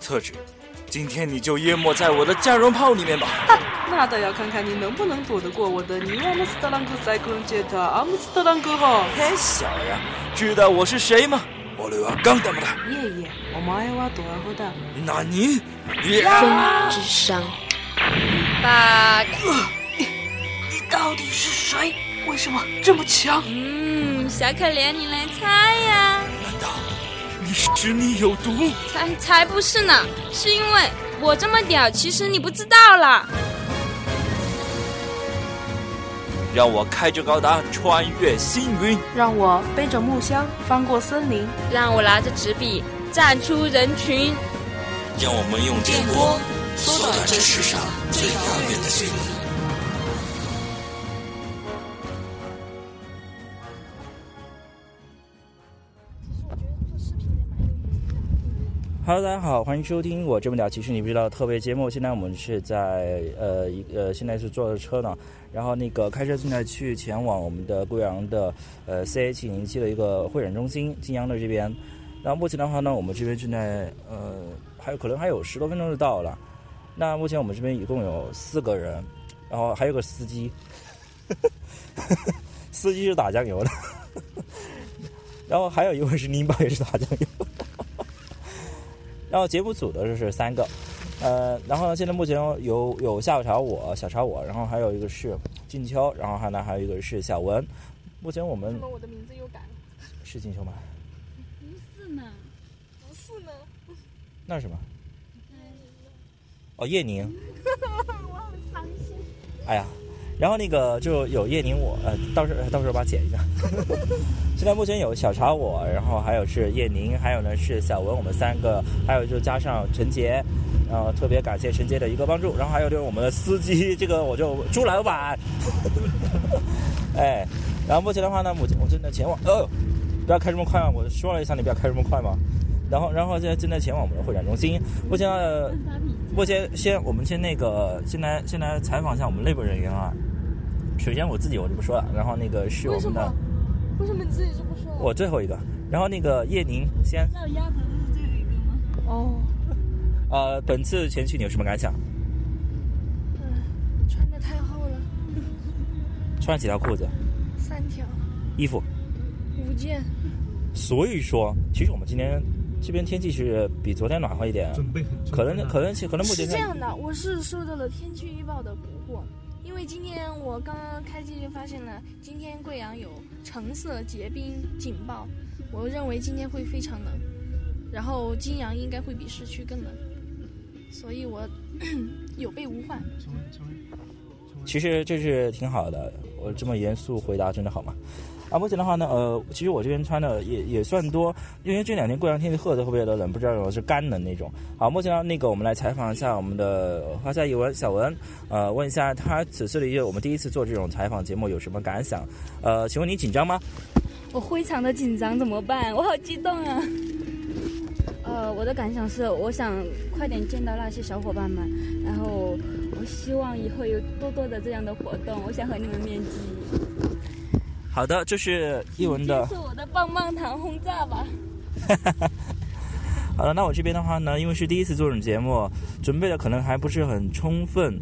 厕纸，今天你就淹没在我的加绒炮里面吧！那倒要看看你能不能躲得过我的尼阿姆斯特朗格塞克伦杰特阿姆斯特朗格号。嘿，小呀，知道我是谁吗？我刘阿刚的嘛。耶耶，我们爱挖躲阿后的。那您，你风之伤，八嘎。你到底是谁？为什么这么强？嗯，小可怜，你来猜呀？难道你是指你有毒？才才不是呢，是因为我这么屌，其实你不知道啦。让我开着高达穿越星云，让我背着木箱翻过森林。让我拿着纸笔站出人群。让我们用电波缩短这世上最遥远的距离。 Hello，大家好，欢迎收听我这么屌，其实你不知道特别节目。现在我们是在呃一呃，现在是坐着车呢，然后那个开车正在去前往我们的贵阳的呃 CH 零七的一个会展中心，晋阳的这边。那目前的话呢，我们这边正在呃，还有可能还有十多分钟就到了。那目前我们这边一共有四个人，然后还有个司机， 司机是打酱油的， 然后还有一位是拎包也是打酱油。然后节目组的就是三个，呃，然后呢，现在目前有有下午茶我小茶我，然后还有一个是静秋，然后还呢还有一个是小文。目前我们怎么我的名字又改了？是静秋吗？不是呢，不是呢，那是什么？哦，叶宁。 我好伤心。哎呀，然后那个就有叶宁我，呃，到时候到时候把它剪一下。 现在目前有小茶我，然后还有是叶宁，还有呢是小文，我们三个，还有就加上陈杰，然后特别感谢陈杰的一个帮助，然后还有就是我们的司机，这个我就朱老板， 哎，然后目前的话呢，我我正在前往，哦，不要开这么快嘛，我说了一下你不要开这么快嘛，然后然后现在正在前往我们的会展中心，目前呃目前先我们先那个先来先来采访一下我们内部人员啊，首先我自己我就不说了，然后那个是我为什们的么。？为什么你自己就不说？我最后一个，然后那个叶宁先，那丫头是最后一个吗？哦，呃，本次前去你有什么感想？嗯，穿的太厚了，穿了几条裤子、三条，衣服？五件。所以说，其实我们今天这边天气是比昨天暖和一点，准备很充可分啊能可能可能目前是看这样的，我是受到了天气预报的蛊惑，因为今天我刚刚开机就发现了，今天贵阳有橙色结冰警报，我认为今天会非常冷，然后金阳应该会比市区更冷，所以我 有备无患。成为成为其实这是挺好的。我这么严肃回答真的好吗？啊，目前的话呢，呃，其实我这边穿的也也算多，因为这两天贵阳天气特别特别的冷，不知道有没有是干冷那种。好，目前呢，那个我们来采访一下我们的呃花下一文小文，呃，问一下他此次的一个我们第一次做这种采访节目有什么感想？呃，请问你紧张吗？我非常的紧张，怎么办？我好激动啊！呃，我的感想是，我想快点见到那些小伙伴们，然后我希望以后有多多的这样的活动，我想和你们面基。好的，这是一文的。接受我的棒棒糖轰炸吧！好了，那我这边的话呢，因为是第一次做这种节目，准备的可能还不是很充分，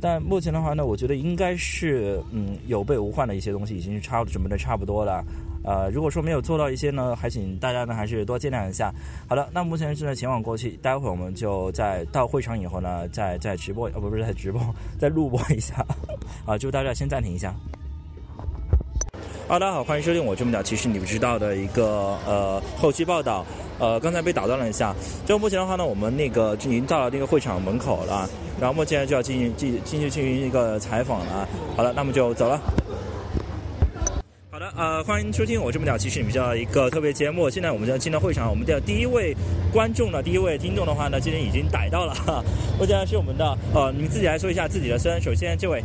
但目前的话呢，我觉得应该是嗯有备无患的一些东西已经是差准备的差不多了。呃，如果说没有做到一些呢，还请大家呢还是多见谅一下。好了，那目前正在前往过去，待会儿我们就在到会场以后呢，再再直播，呃，不是在直播，再录播一下。啊，就到这儿先暂停一下。哈啊喽，大家好，欢迎收听我这么屌，其实你不知道的一个呃后期报道。呃，刚才被打断了一下。就目前的话呢，我们那个已经到了那个会场门口了，然后目前就要进行进进行进行一个采访了。好了，那么就走了。好的，呃，欢迎收听我这么屌，其实你们知道一个特别节目。现在我们就进到会场，我们的第一位观众呢，第一位听众的话呢，今天已经逮到了， 哈，目前是我们的呃，你们自己来说一下自己的声。首先这位，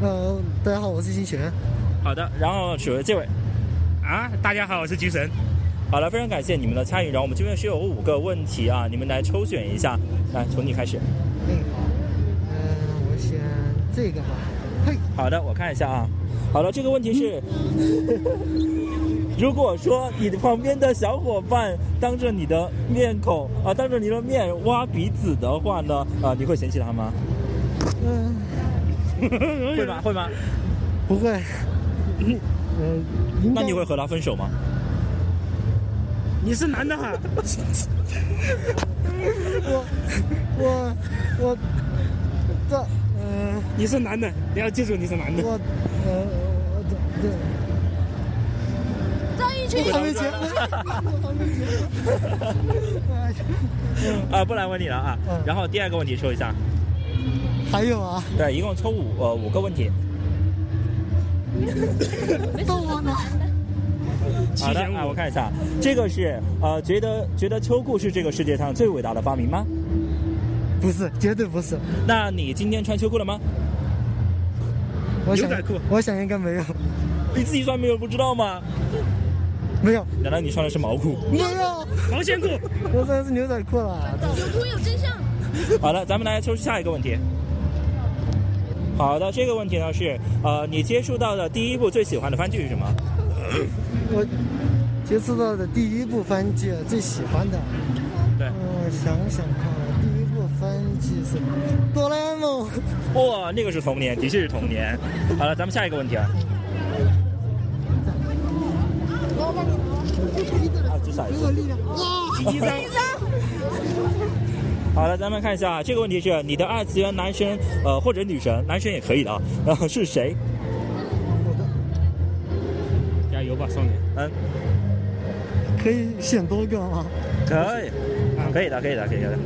嗯，大家好，我是金泉。好的，然后首先这位，啊！大家好，我是菊神。好了，非常感谢你们的参与。然后我们这边是有五个问题啊，你们来抽选一下，来从你开始。那个，嗯，我选这个吧。嘿，好的，我看一下啊。好了，这个问题是， 如果说你的旁边的小伙伴当着你的面孔啊、当着你的面挖鼻子的话呢，啊、你会嫌弃他吗？嗯， 会吗？会吗？不会，呃嗯，应那该你会和他分手吗？你是男的哈，我我这嗯、你是男的，你要记住你是男的。我呃我张这这一我还群没结婚，我还没结婚哎呀，啊、不来问你了啊。嗯然后第二个问题抽一下， 还有啊，对，一共抽五呃五个问题。 逗我呢。好的啊，我看一下，这个是呃，觉得觉得秋裤是这个世界上最伟大的发明吗？不是，绝对不是，那你今天穿秋裤了吗？我牛想仔裤我想应该没有，你自己穿没有不知道吗？没有难道你穿的是毛裤？没有，毛线裤，我穿的是牛仔裤了，有图有真相。 好了，咱们来抽下一个问题。好的，这个问题呢是呃，你接触到的第一部最喜欢的番剧是什么？我接触到的第一部番剧最喜欢的，对我想想看啊，第一部番剧是《哆啦 A 梦》，哇，那个是童年，的确是童年。好了，咱们下一个问题啊。啊，就下一给个我。力量，第一张，好了，咱们看一下这个问题是你的二次元男神呃或者女神，男神也可以的啊， 然后是谁？我的加油吧，少年。嗯，可以选多个吗？可以，可以的，可以的，可以的。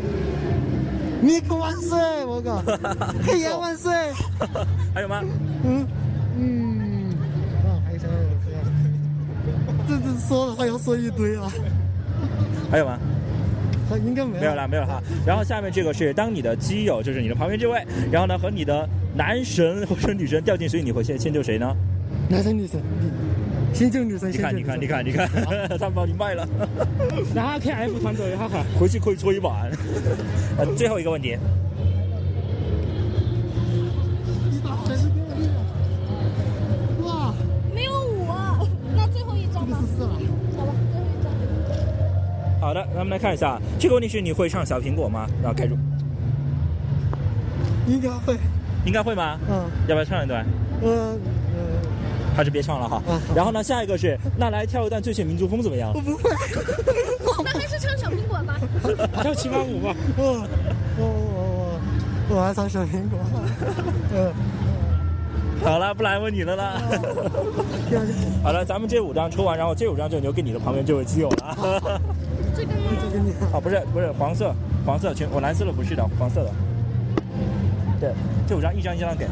你可万岁！我靠，黑羊万岁！还有吗？嗯嗯，啊，还有啥呀？还有啥呀这这说的话要说一堆啊，还有吗？还应该没没有啦，没有啦哈。然后下面这个是当你的基友，就是你的旁边这位，然后呢和你的男神或者女神掉进水，你会先先救谁呢？男生女生，你先救女生，你先看，救你女看，生你。看，你看，他们把你卖了， 然后 K F 团走一下哈。回去可以搓一晚。 呃，最后一个问题，哇，没有我，那最后一张这个吧是，啊四了，好吧，最后一张。好的，咱们来看一下这个问题是你会唱小苹果吗？然后开始，应该会，应该会吗？嗯要不要唱一段？嗯嗯，还是别唱了哈啊嗯。然后呢，下一个是那来跳一段最炫民族风怎么样我？不会，那还是唱小苹果 吧。 跳七八舞吧，我我我我我还唱小苹果，嗯， 好了，不来问你了啊啦。要不 好了，咱们这五张抽完，然后这五张就留给你的旁边这位基友了。就给你，啊，不是不是，黄色黄色全我蓝色的不是的，黄色的。对，这五张一张一张的给。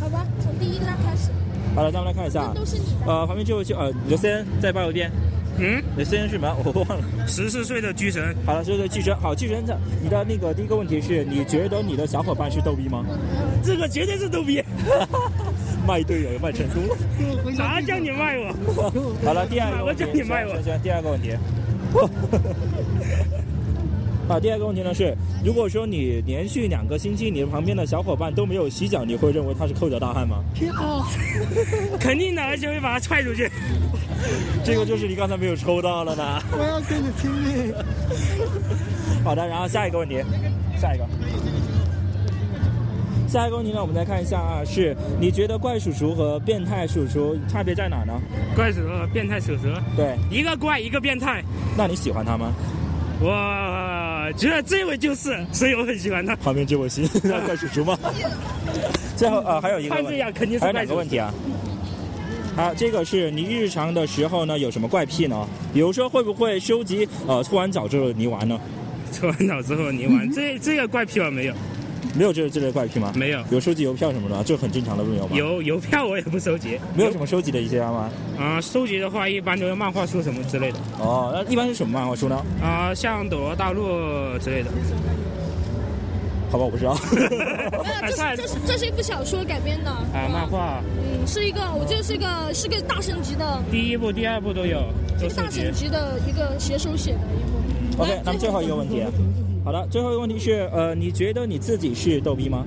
好吧，从第一张开始，好了，咱们来看一下，都是你。呃，旁边这位就呃刘森再报一遍，嗯，刘森是什么？ 我忘了。十四岁的巨神，好了，说的巨神，好巨神，这你的那个第一个问题是你觉得你的小伙伴是逗逼吗？嗯这个绝对是逗逼， 卖队友卖成功了。哪叫你卖我？ 好了，第二个问题，我叫你卖我行行行第二个 问题。啊，第二个问题呢是，如果说你连续两个星期你旁边的小伙伴都没有洗脚，你会认为他是抠脚大汉吗？肯定的，而且会把他踹出去。这个就是你刚才没有抽到了呢。我要跟你拼命， 好的，然后下一个问题，下一个。下一个问题呢，我们再看一下啊，是你觉得怪叔叔和变态叔叔差别在哪呢？怪手蛇，变态手蛇，对，一个怪，一个变态。那你喜欢他吗？我觉得这位就是，所以我很喜欢他。旁边这位是怪叔 叔吗？最后呃，还有一个看这问题，样肯定还有是怪两个手问。题啊。好，这个是你日常的时候呢有什么怪癖呢？比如说会不会收集呃搓完澡之后的泥丸呢？搓完澡之后你 玩，这这个怪癖我没有，没有这这类怪癖吗？没有。有收集邮票什么的，这很正常的不有吗？邮邮票我也不收集，没有什么收集的一些吗？啊、收集的话一般都是漫画书什么之类的，哦，那一般是什么漫画书呢？啊、像《斗罗大陆》之 类的。好吧，我不 知道。没有，这算是这是这是一部小说改编的。啊，漫画嗯，是一个，我觉得是一个是个大神级的，第一部、第二部都有，一都个收大集神。级的一个携手写的一部。 OK，那么最后一个问题，啊好的，最后一个问题是，呃，你觉得你自己是逗逼吗？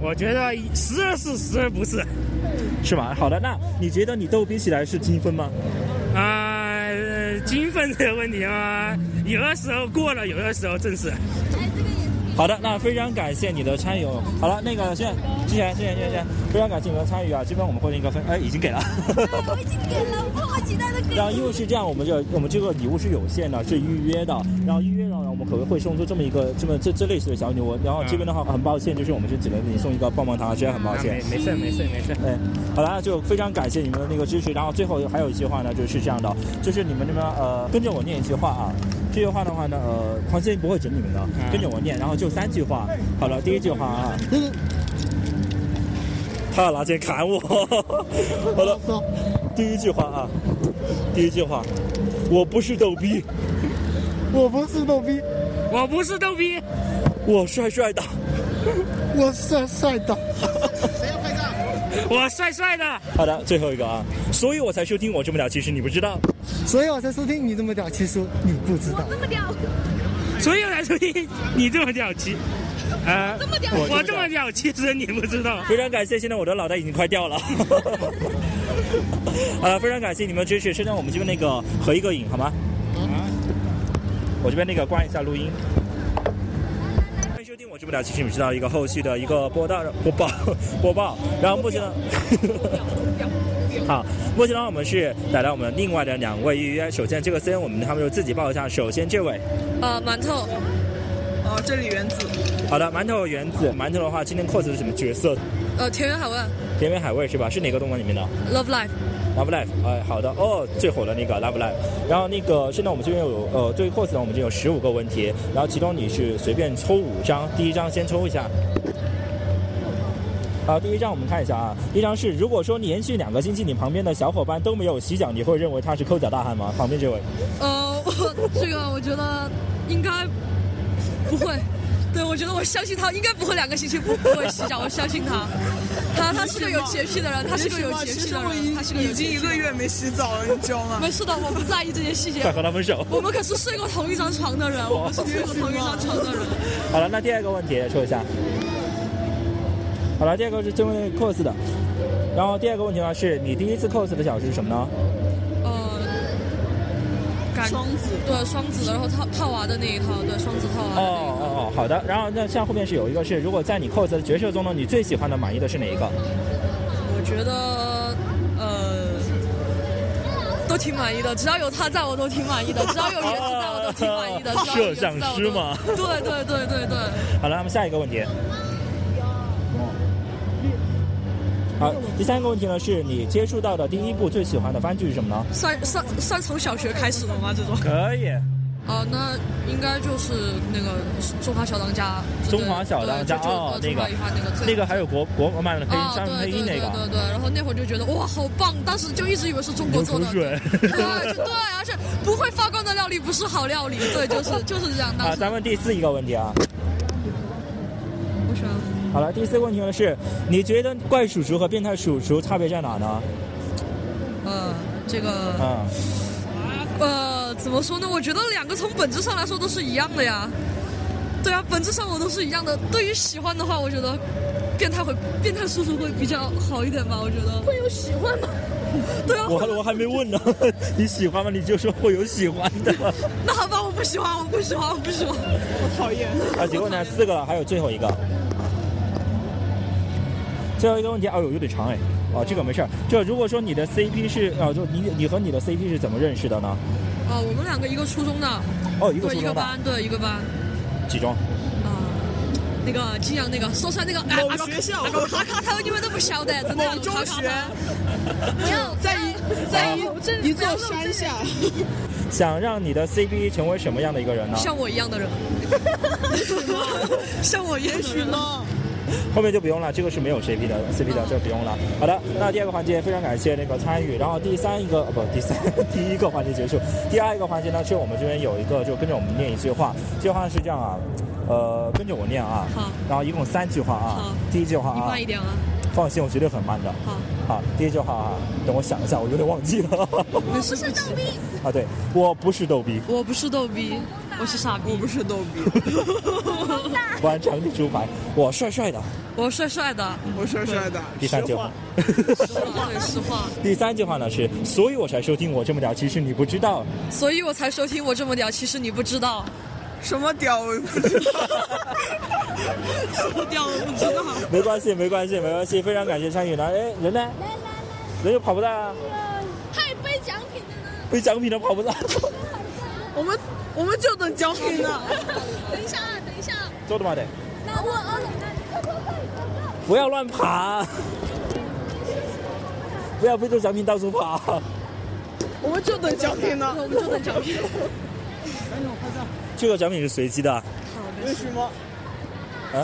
我觉得时而是，时而不是。是吗？好的，那你觉得你逗逼起来是精分吗？啊、金分这个问题嘛，有的时候过了，有的时候正是。好的，那非常感谢你的参与。哦好了，那个现之前之前之前，非常感谢你的参与啊！这边我们会那个分，哎，已经给了。我已经给了，我迫不及待的给然后因为是这样，我们这我们这个礼物是有限的，是预约的。然后预约的话，我们可能会送出这么一个这么这这类似的小礼物。然后这边的话，很抱歉，就是我们就只能给你送一个棒棒糖，实在很抱啊歉没。没事没事没事。哎，好啦，就非常感谢你们的那个支持。然后最后还有一句话呢，就是这样的，就是你们那边呃跟着我念一句话啊。这句话的话呢，呃，黄先不会整你们的，跟着我念，然后就三句话。啊好了，第一句话啊，他要拿剑砍我。 好了，第一句话啊，第一句话，我不是逗逼，我不是逗逼，我不是逗逼，我帅帅的。我帅帅的。我帅帅的。好的，最后一个啊，所以我才收听我这么屌，其实你不知道。所以我才收听你这么屌，其实你不知道。所以来说，你这么屌气，啊，我这么屌气，其实你不知道。非常感谢，现在我的脑袋已经快掉了。 好了，非常感谢你们的支持。现在我们这边那个合一个影好吗？我这边那个关一下录音。欢迎收听我直播聊，其实你们知道一个后续的一个播道播报播报。然后目前呢， 好，目前呢我们是带来我们另外的两位预约。首先这个 C N 我们他们就自己报一下。首先这位，呃，馒头，哦，这里原子，好的，馒头原子，馒头的话今天 cos 是什么角色？呃，田园海味田园海味是吧？是哪个动漫里面的？ ，Love Life， Love Live，哎，好的，哦，最火的那个 Love Live。然后那个现在我们这边有呃，对于 cos 呢，我们这边有十五个问题，然后其中你是随便抽五张，第一张先抽一下。好，第一张我们看一下啊，第一张是如果说连续两个星期你旁边的小伙伴都没有洗脚，你会认为他是抠脚大汉吗？旁边这位，呃，我这个我觉得应该不会。对，我觉得我相信他应该不会两个星期不不会洗脚，我相信他。他他是个有洁癖的人，他是个有洁癖的人，他是个有洁癖的人。月没洗澡了，你知道吗？没事的，我不在意这些细节快。和他分手。我们可是睡过同一张床的人，我们是睡过同一张床的人。好了，那第二个问题抽一下。好了，第二个是针对 cos 的，然后第二个问题呢是你第一次 cos 的角色是什么呢？呃，感双子对双子的，然后套套娃的那一套，对双子套娃的那一套。哦哦哦，好的。然后那像后面是有一个是，如果在你 cos 的角色中呢，你最喜欢的、满意的是哪一个？我觉得呃，都挺满意的，只要有他在我都挺满意的，只要有原子在我都挺满意的。只要摄有像师嘛原子在我都对对对对对，好了，那么下一个问题。好，第三个问题呢，是你接触到的第一部最喜欢的番剧是什么呢？算算算从小学开始的吗？这种可以，啊、那应该就是那个《中华小当家》对。中华小当家对就就哦对那个中华一番那个最那个还有国国漫的配音啊，上配对对音对那个。对对，然后那会儿就觉得哇，好棒！当时就一直以为是中国做的，流对口水对，而且不会发光的料理不是好料理，对，就是就是这样。当啊，时咱们第四一个问题啊。我选好了，第四个问题呢是，你觉得怪叔叔和变态叔叔差别在哪呢？呃这个嗯，呃怎么说呢？我觉得两个从本质上来说都是一样的呀。对啊，本质上我都是一样的。对于喜欢的话，我觉得变态会变态叔叔会比较好一点吧，我觉得。会有喜欢吗？对啊，我还我还没问呢， 你喜欢吗？你就说会有喜欢的。那好吧，我不喜欢，我不喜欢，我不喜欢。啊，结果呢，四个了，还有最后一个。最后一个问题，哦呦，有点长哎。哦，这个没事儿。就如果说你的 CP 是，哦，就你你和你的 CP 是怎么认识的呢？啊、我们两个一个初中的，哦，一个对初中一个的，班，对一个班。几中？啊，那个金阳那个四川那个哎，某学校，阿个卡卡他们你们都不晓得，真的中学，在一在一一座山下，想让你的 CP 成为什么样的一个人呢？像我一样的人，像我一样的人，后面就不用了，这个是没有 CP 的，CP 嗯的这个不用了。好的，那第二个环节非常感谢那个参与，然后第三一个呃不第三 第一个环节结束，第二一个环节呢是我们这边有一个就跟着我们念一句话，这句话是这样啊，呃跟着我念啊，好然后一共三句话啊好，第一句话你啊慢一，点啊，放心，我绝对很慢的。好，好，第一句话啊，等我想一下，我有点忘记了。 没事没事。啊，对，我不是逗逼，我不是逗逼，我是傻逼。我不是逗逼，完成你出牌，我帅帅的。 我帅帅的，我帅帅的。第三句话，实话对实话，第三句话呢是，所以我才收听我这么屌，其实你不知道。所以我才收听我这么屌。其实你不知道，什么屌我不知道，什么屌我不知道。 没关系，没关系，没关系，非常感谢参与呢。哎，人呢？人又跑不到啊，哎还有背奖品的呢，被奖品都跑不到。 我们我们就等奖品呢。 等一下啊，等一下，做的嘛得，那我哦，不要 乱爬，不要被这奖品到处跑。我们就等奖品呢。我们就等奖品。这个奖品是随机的，啊为什么？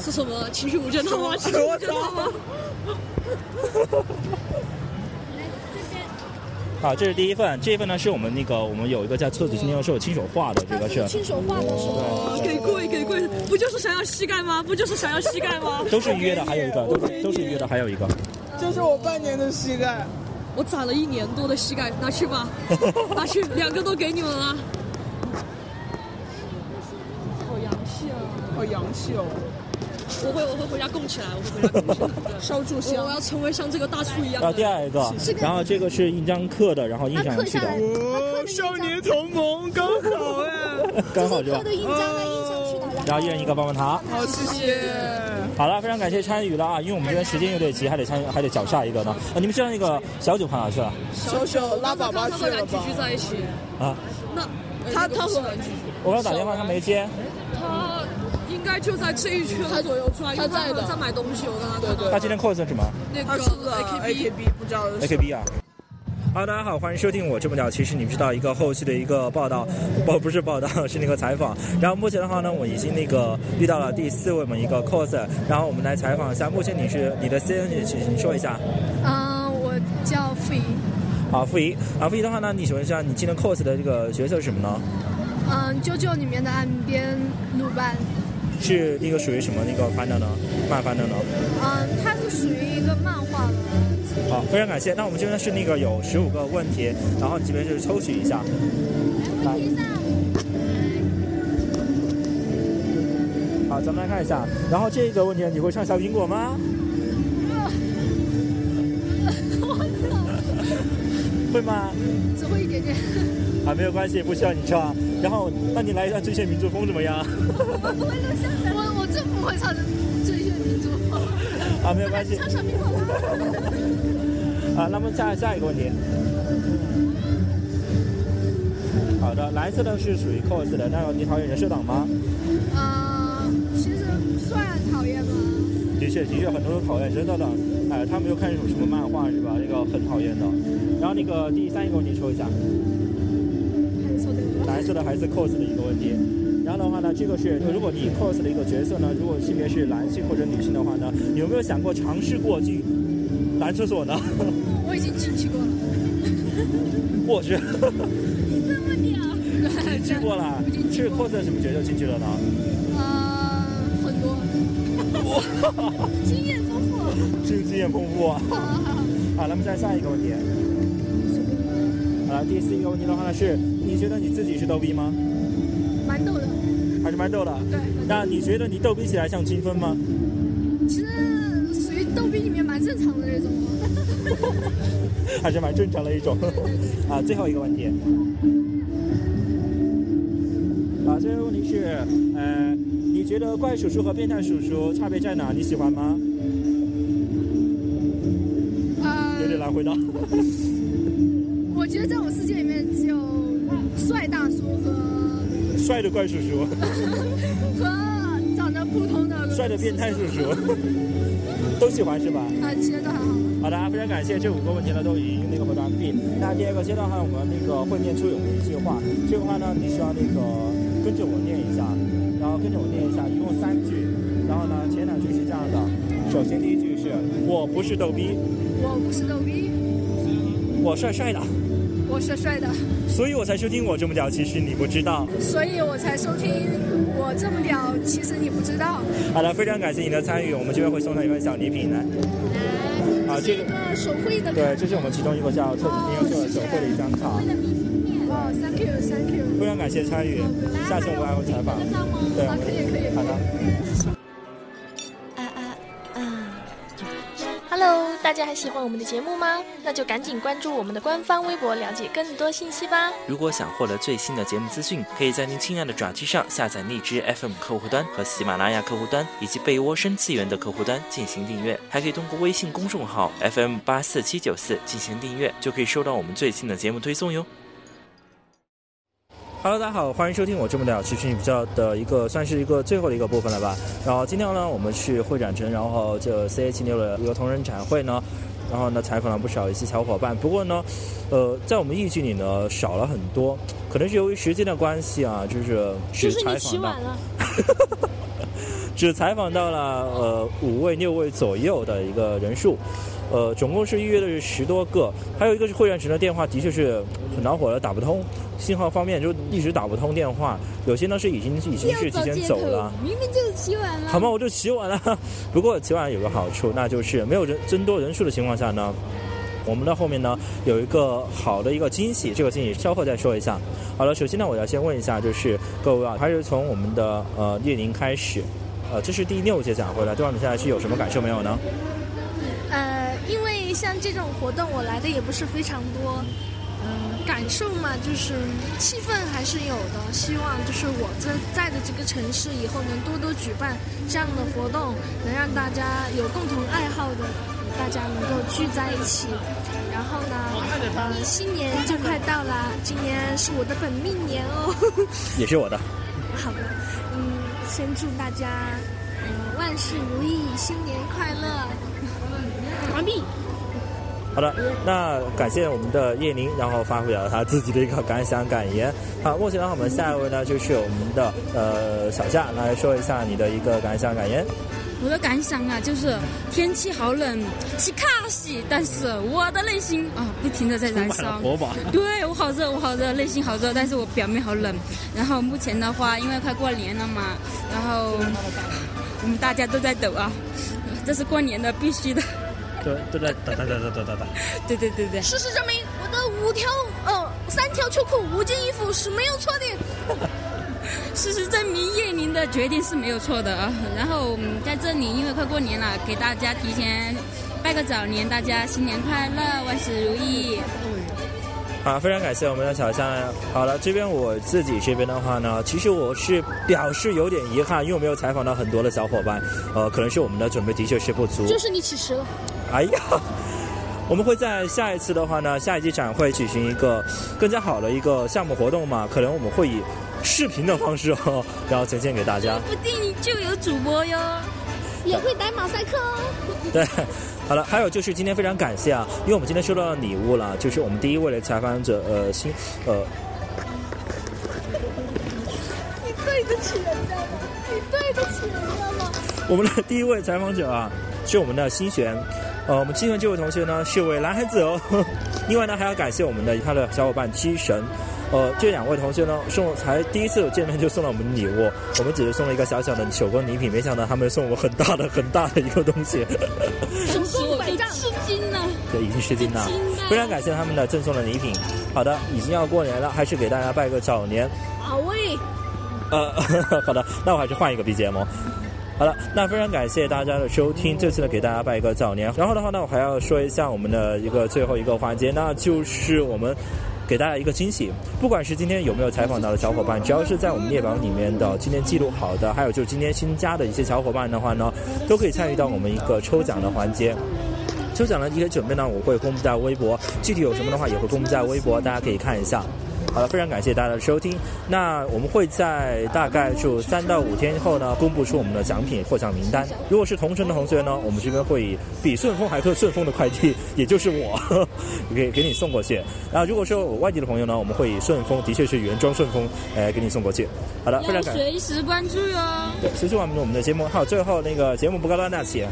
是什么？情绪无间道吗？情绪无我间道吗操！！好，啊这是第一份，这一份呢是我们那个我们有一个叫车子训练社亲手画的，这个是亲手画的是吧？哦给跪给跪，不就是想要膝盖吗？不就是想要膝盖吗？都是预约的，还有一个都是都是预约的，还有一个。这是我半年的膝盖，我攒了一年多的膝盖，拿 去吧，拿去，两个都给你们了。好洋气啊！好洋气哦！我会我会回家供起来，我会回家供起来。对烧柱我我香，要成为像这个大树一样然后第啊的。二个，然后这个是印章刻的，然后印上去它刻下来的，哦，少年同盟刚好哎，刚好就刻的印章呢，印上去的，然后一人一个棒棒糖。好谢谢。好了，非常感谢参与了啊，因为我们今天时间有点急，还得参与，还得找下一个呢。啊，你们知道那个小九跑哪去了？小小拉粑粑他去和了蓝菊吧？菊在一起，啊，那呃他他和蓝菊菊，我给他打电话，他没接，他呃应该就在这一圈左右出来，因他为在的在买东西，我跟他看到对他今天 cos 什么那他个是的 AKB。 AKB 不知道是谁？AKB 啊。哈喽，大家好，欢迎收听我这么聊。其实你们知道一个后续的一个报道，不不是报道，是那个采访。然后目前的话呢，我已经那个遇到了第四位我们一个 cos，然后我们来采访一下，目前你是你的 CN，请说一下。嗯，我叫付怡，啊，傅仪，啊，傅仪的话呢，你请问一下，你今天 cos 的这个角色是什么呢？嗯，啾啾里面的岸边鲁班，是那个属于什么那个番的呢？漫番的呢？嗯，它是属于一个漫画了。好，非常感谢。那我们这边是那个有十五个问题，然后你这边就是抽取一下。来，好，咱们来看一下。然后这个问题，你会唱小苹 果吗？会吗？嗯只会一点点，啊，没有关系，不需要你唱。然后，那你来一段《最炫民族风》怎么样？我不会录像的。我我真不会唱《最炫民族风》，啊，没有 关系。唱小苹果吗？啊，那么下下一个问题。好的，蓝色的是属于 cos 的，那你讨厌人设党吗？嗯，其实不算讨厌吧。的确，的确，很多人讨厌，真的的。哎，他没有看什么什么漫画是吧？这个很讨厌的。然后那个第三一个问题抽一下，蓝色的还是 cos 的一个问题。然后的话呢，这个是如果你 cos 的一个角色呢，如果性别是男性或者女性的话呢，有没有想过尝试过去男厕所呢？ 我已经进去过了。我去，对，去过了，是 cos 的什么角色进去了呢？呃，很多。经验丰富。是不是经验丰富啊？好，咱们再下一个问题。好了，第四一个问题的话呢是，你觉得你自己是逗逼吗？蛮逗的，还是蛮逗的？对。那你觉得你逗逼起来像清风吗？其实属于逗逼里面蛮正常的那种。还是蛮正常的一种。啊，最后一个问题。啊，最后一个问题是，呃，你觉得怪叔叔和变态叔叔差别在哪？你喜欢吗？有呃，点难回答。我觉得在我世界里面只有帅大叔和帅的怪叔叔，和长得普通的帅的变态叔叔，都喜欢是吧？啊，其实都还好。好的，非常感谢这五个问题呢都已经那个回答完毕。那第二个阶段的话，我们那个会念出我们一句话，这个话呢你需要那个跟着我念一下，然后跟着我念一下，一共三句。然后呢，前两句是这样的，首先第一句是我不是逗逼，我不是逗逼，我帅帅的，我帅帅的，所以我才收听我这么屌。其实你不知道。所以我才收听我这么屌。其实你不知道。好的，非常感谢你的参与，我们这边会送上一份小礼品谢来。谢，嗯啊这这是一个个手绘的对，这是我们其中一个叫特哦特色手绘的一张卡。哦，thank you，thank you。非常感谢参与，下次我们还会采访。对，我啊，们可以可以。好的。 Hello，大家还喜欢我们的节目吗？那就赶紧关注我们的官方微博，了解更多信息吧。如果想获得最新的节目资讯，可以在您亲爱的爪机上下载荔枝 FM 客户端和喜马拉雅客户端，以及被窝深次元的客户端进行订阅。还可以通过微信公众号 FM 八四七九四进行订阅，就可以收到我们最新的节目推送哟。 Hello，大家好，欢迎收听我这么聊，其实你比较的一个算是一个最后的一个部分了吧。然后今天呢，我们去会展城，然后这 CH 六的一个同人展会呢，然后呢采访了不少一些小伙伴。不过呢，呃，在我们艺剧里呢少了很多，可能是由于时间的关系啊，就是只采访到了。 只采访到了呃五位六位左右的一个人数，呃，总共是预约的是十多个，还有一个是会员城的电话的确是很恼火了，打不通，信号方面就一直打不通电话，有些呢是已经已经是提前走了。明明就是起晚了。好吗？我就洗碗了。 不过洗碗有个好处，那就是没有人增多人数的情况下呢，我们的后面呢有一个好的一个惊喜，这个惊喜稍后再说一下。好了，首先呢，我要先问一下，就是各位啊，还是从我们的呃列宁开始，呃，这是第六届展会了，对吧？你现在是有什么感受没有呢？呃，因为像这种活动我来的也不是非常多，嗯，感受嘛，就是气氛还是有的。希望就是我这在的这个城市以后能多多举办这样的活动，能让大家有共同爱好的，大家能够聚在一起。然后呢，呃，新年就快到了，今年是我的本命年哦。 也是我的。好的，嗯，先祝大家嗯万事如意，新年快乐。完毕。好的，那感谢我们的叶宁，然后发表了他自己的一个感想感言。好，目前的话，我们下一位呢就是我们的呃小夏来说一下你的一个感想感言。我的感想啊，就是天气好冷，是卡西，但是我的内心啊不停的在充燃满烧了火把。对我好热，我好热，内心好热，但是我表面好冷。然后目前的话，因为快过年了嘛，然后我们大家都在抖啊，这是过年的必须的。对对对，哒哒哒哒哒哒哒。对对对对，事实证明，我的五条呃三条秋裤、五件衣服是没有错的。 事实证明叶宁的决定是没有错的啊。然后嗯在这里，因为快过年了，给大家提前拜个早年，大家新年快乐，万事如意。啊，非常感谢我们的小夏。好了，这边我自己这边的话呢，其实我是表示有点遗憾，因为我没有采访到很多的小伙伴，呃，可能是我们的准备的确是不足。就是你起迟了。哎呀，我们会在下一次的话呢，下一季展会举行一个更加好的一个项目活动嘛，可能我们会以视频的方式哦，然后呈现给大家。不定就有主播哟，也会打马赛克哦。 对，好了，还有就是今天非常感谢啊，因为我们今天收到了礼物了，就是我们第一位的采访者，呃，新呃你对得起人家吗？你对得起人家吗？我们的第一位采访者啊，是我们的新璇。呃，我们新璇这位同学呢是位男孩子哦。 另外呢，还要感谢我们的他的小伙伴七神。呃，这两位同学呢送才第一次见面就送了我们礼物，我们只是送了一个小小的手工礼品，没想到他们送我很大的很大的一个东西。手工拐杖，吃惊了。对，已经吃惊了，非常感谢他们的赠送的礼品。好的，已经要过年了，还是给大家拜个早年。啊喂，呃， 好的，那我还是换一个 BGM 哦。好了，那非常感谢大家的收听，这次呢给大家拜一个早年。然后的话呢，我还要说一下我们的一个最后一个环节，那就是我们。给大家一个惊喜，不管是今天有没有采访到的小伙伴，只要是在我们列表里面的今天记录好的，还有就是今天新加的一些小伙伴的话呢，都可以参与到我们一个抽奖的环节。抽奖的一些准备呢，我会公布在微博，具体有什么的话也会公布在微博，大家可以看一下。好了，非常感谢大家的收听。那我们会在大概就三到五天后呢，公布出我们的奖品获奖名单。如果是同城的同学呢，我们这边会以比顺丰还更顺丰的快递，也就是我，给给你送过去。然后如果说我外地的朋友呢，我们会以顺丰，的确是原装顺丰，哎，给你送过去。好了，非要常感谢。随时关注哟、对，随时关注我们的节目。还有最后那个节目不高端大气。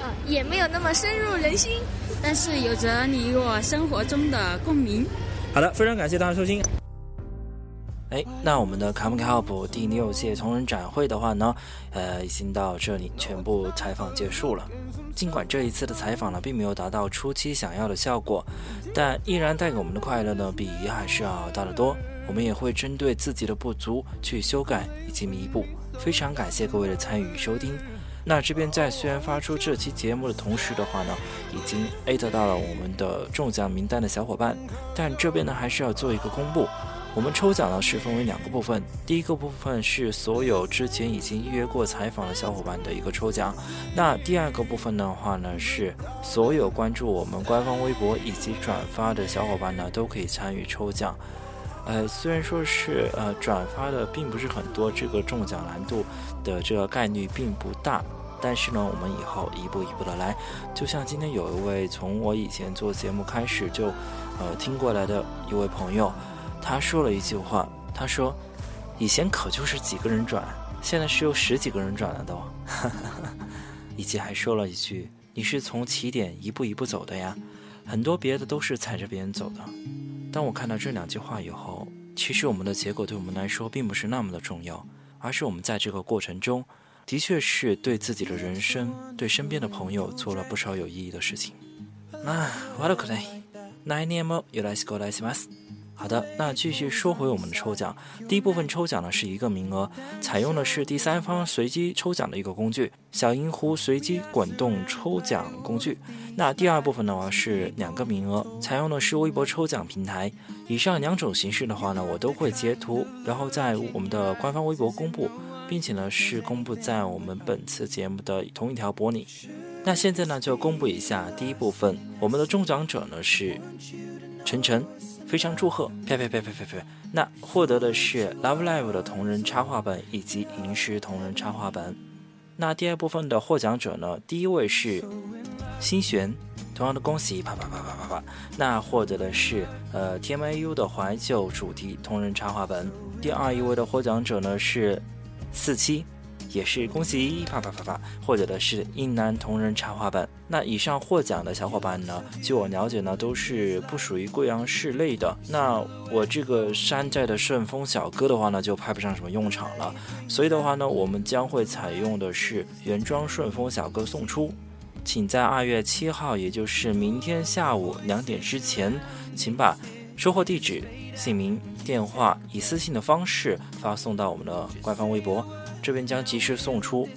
啊，也没有那么深入人心，但是有着你我生活中的共鸣。好的，非常感谢大家收听。哎，那我们的卡姆卡普第六届同人展会的话呢，呃，已经到这里全部采访结束了。尽管这一次的采访呢，并没有达到初期想要的效果，但依然带给我们的快乐呢，比遗憾是要大得多。我们也会针对自己的不足去修改以及弥补。非常感谢各位的参与与收听。那这边在虽然发出这期节目的同时的话呢，已经艾特到了我们的中奖名单的小伙伴，但这边呢还是要做一个公布。我们抽奖呢是分为两个部分，第一个部分是所有之前已经预约过采访的小伙伴的一个抽奖，那第二个部分的话呢是所有关注我们官方微博以及转发的小伙伴呢都可以参与抽奖。呃，虽然说是呃转发的并不是很多，这个中奖难度的这个概率并不大，但是呢，我们以后一步一步的来。就像今天有一位从我以前做节目开始就呃听过来的一位朋友，他说了一句话，他说：“以前可就是几个人转，现在是有十几个人转了都。”以及还说了一句：“你是从起点一步一步走的呀，很多别的都是踩着别人走的。”当我看到这两句话以后，其实我们的结果对我们来说并不是那么的重要，而是我们在这个过程中，的确是对自己的人生、对身边的朋友做了不少有意义的事情。那我的可能，来年もよろしくお願いします。好的，那继续说回我们的抽奖。第一部分抽奖呢是一个名额，采用的是第三方随机抽奖的一个工具——小银狐随机滚动抽奖工具。那第二部分呢是两个名额，采用的是微博抽奖平台。以上两种形式的话呢，我都会截图，然后在我们的官方微博公布，并且呢是公布在我们本次节目的同一条博里。那现在呢就公布一下第一部分，我们的中奖者呢是晨晨。非常祝贺！呸呸呸呸呸呸！那获得的是 Love Live 的同人插画本以及银石同人插画本。那第二部分的获奖者呢？第一位是新璇，同样的恭喜，啪啪啪啪啪啪。那获得的是呃 TMAU 的怀旧主题同人插画本。第二一位的获奖者呢是四七。也是恭喜，啪啪啪啪，获得的是一男同人插画本。那以上获奖的小伙伴呢，据我了解呢，都是不属于贵阳市内的。那我这个山寨的顺丰小哥的话呢，就派不上什么用场了。所以的话呢，我们将会采用的是原装顺丰小哥送出。请在二月七号，也就是明天下午两点之前，请把收货地址、姓名、电话以私信的方式发送到我们的官方微博。这边将及时送出。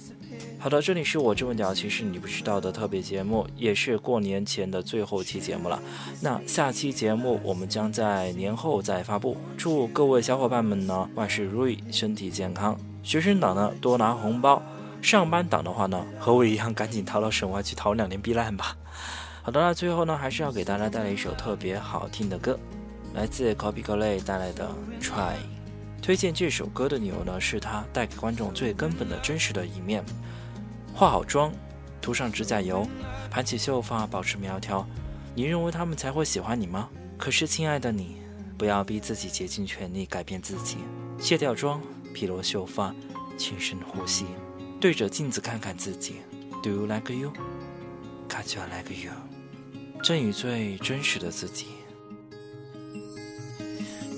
好的，这里是我这么屌，其实你不知道的特别节目，也是过年前的最后期节目了。那下期节目我们将在年后再发布。祝各位小伙伴们呢万事如意，身体健康；学生党呢多拿红包；上班党的话呢，和我一样赶紧逃到省外去逃两年避难吧。好的，那最后呢还是要给大家带来一首特别好听的歌，来自 Copy Colay 带来的《Try》。推荐这首歌的理由呢，是它带给观众最根本的真实的一面。化好妆，涂上指甲油，盘起秀发，保持苗条。你认为他们才会喜欢你吗？可是，亲爱的你，不要逼自己竭尽全力改变自己。卸掉妆，披落秀发，轻声呼吸，对着镜子看看自己。Do you like you? Cause I like you。正与最真实的自己。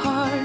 hard.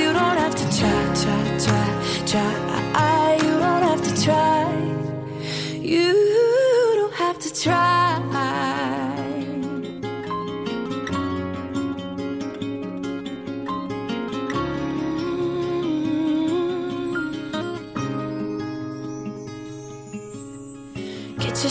You don't have to try, try, try, try. You don't have to try. You don't have to try. Get your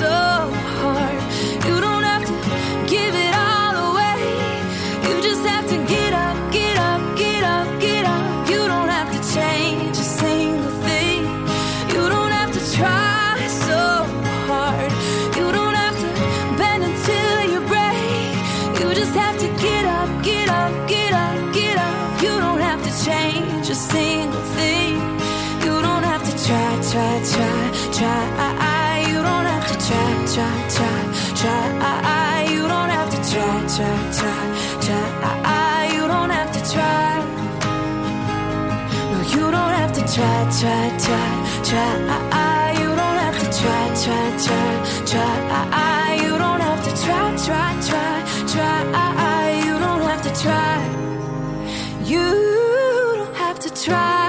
so hard. You don't have to give it all away. You just have to get up, get up, get up, get up. You don't have to change a single thing. You don't have to try so hard. You don't have to bend until you break. You just have to get up, get up, get up, get up. You don't have to change a single thing. You don't have to try, try, try, try. You don't have to try, try, try, try. You don't have to try, try, try, try. You don't have to try. No, you don't have to try, try, try, try. You don't have to try, try, try, try. You don't have to try, try, try, try. You don't have to try. You don't have to try.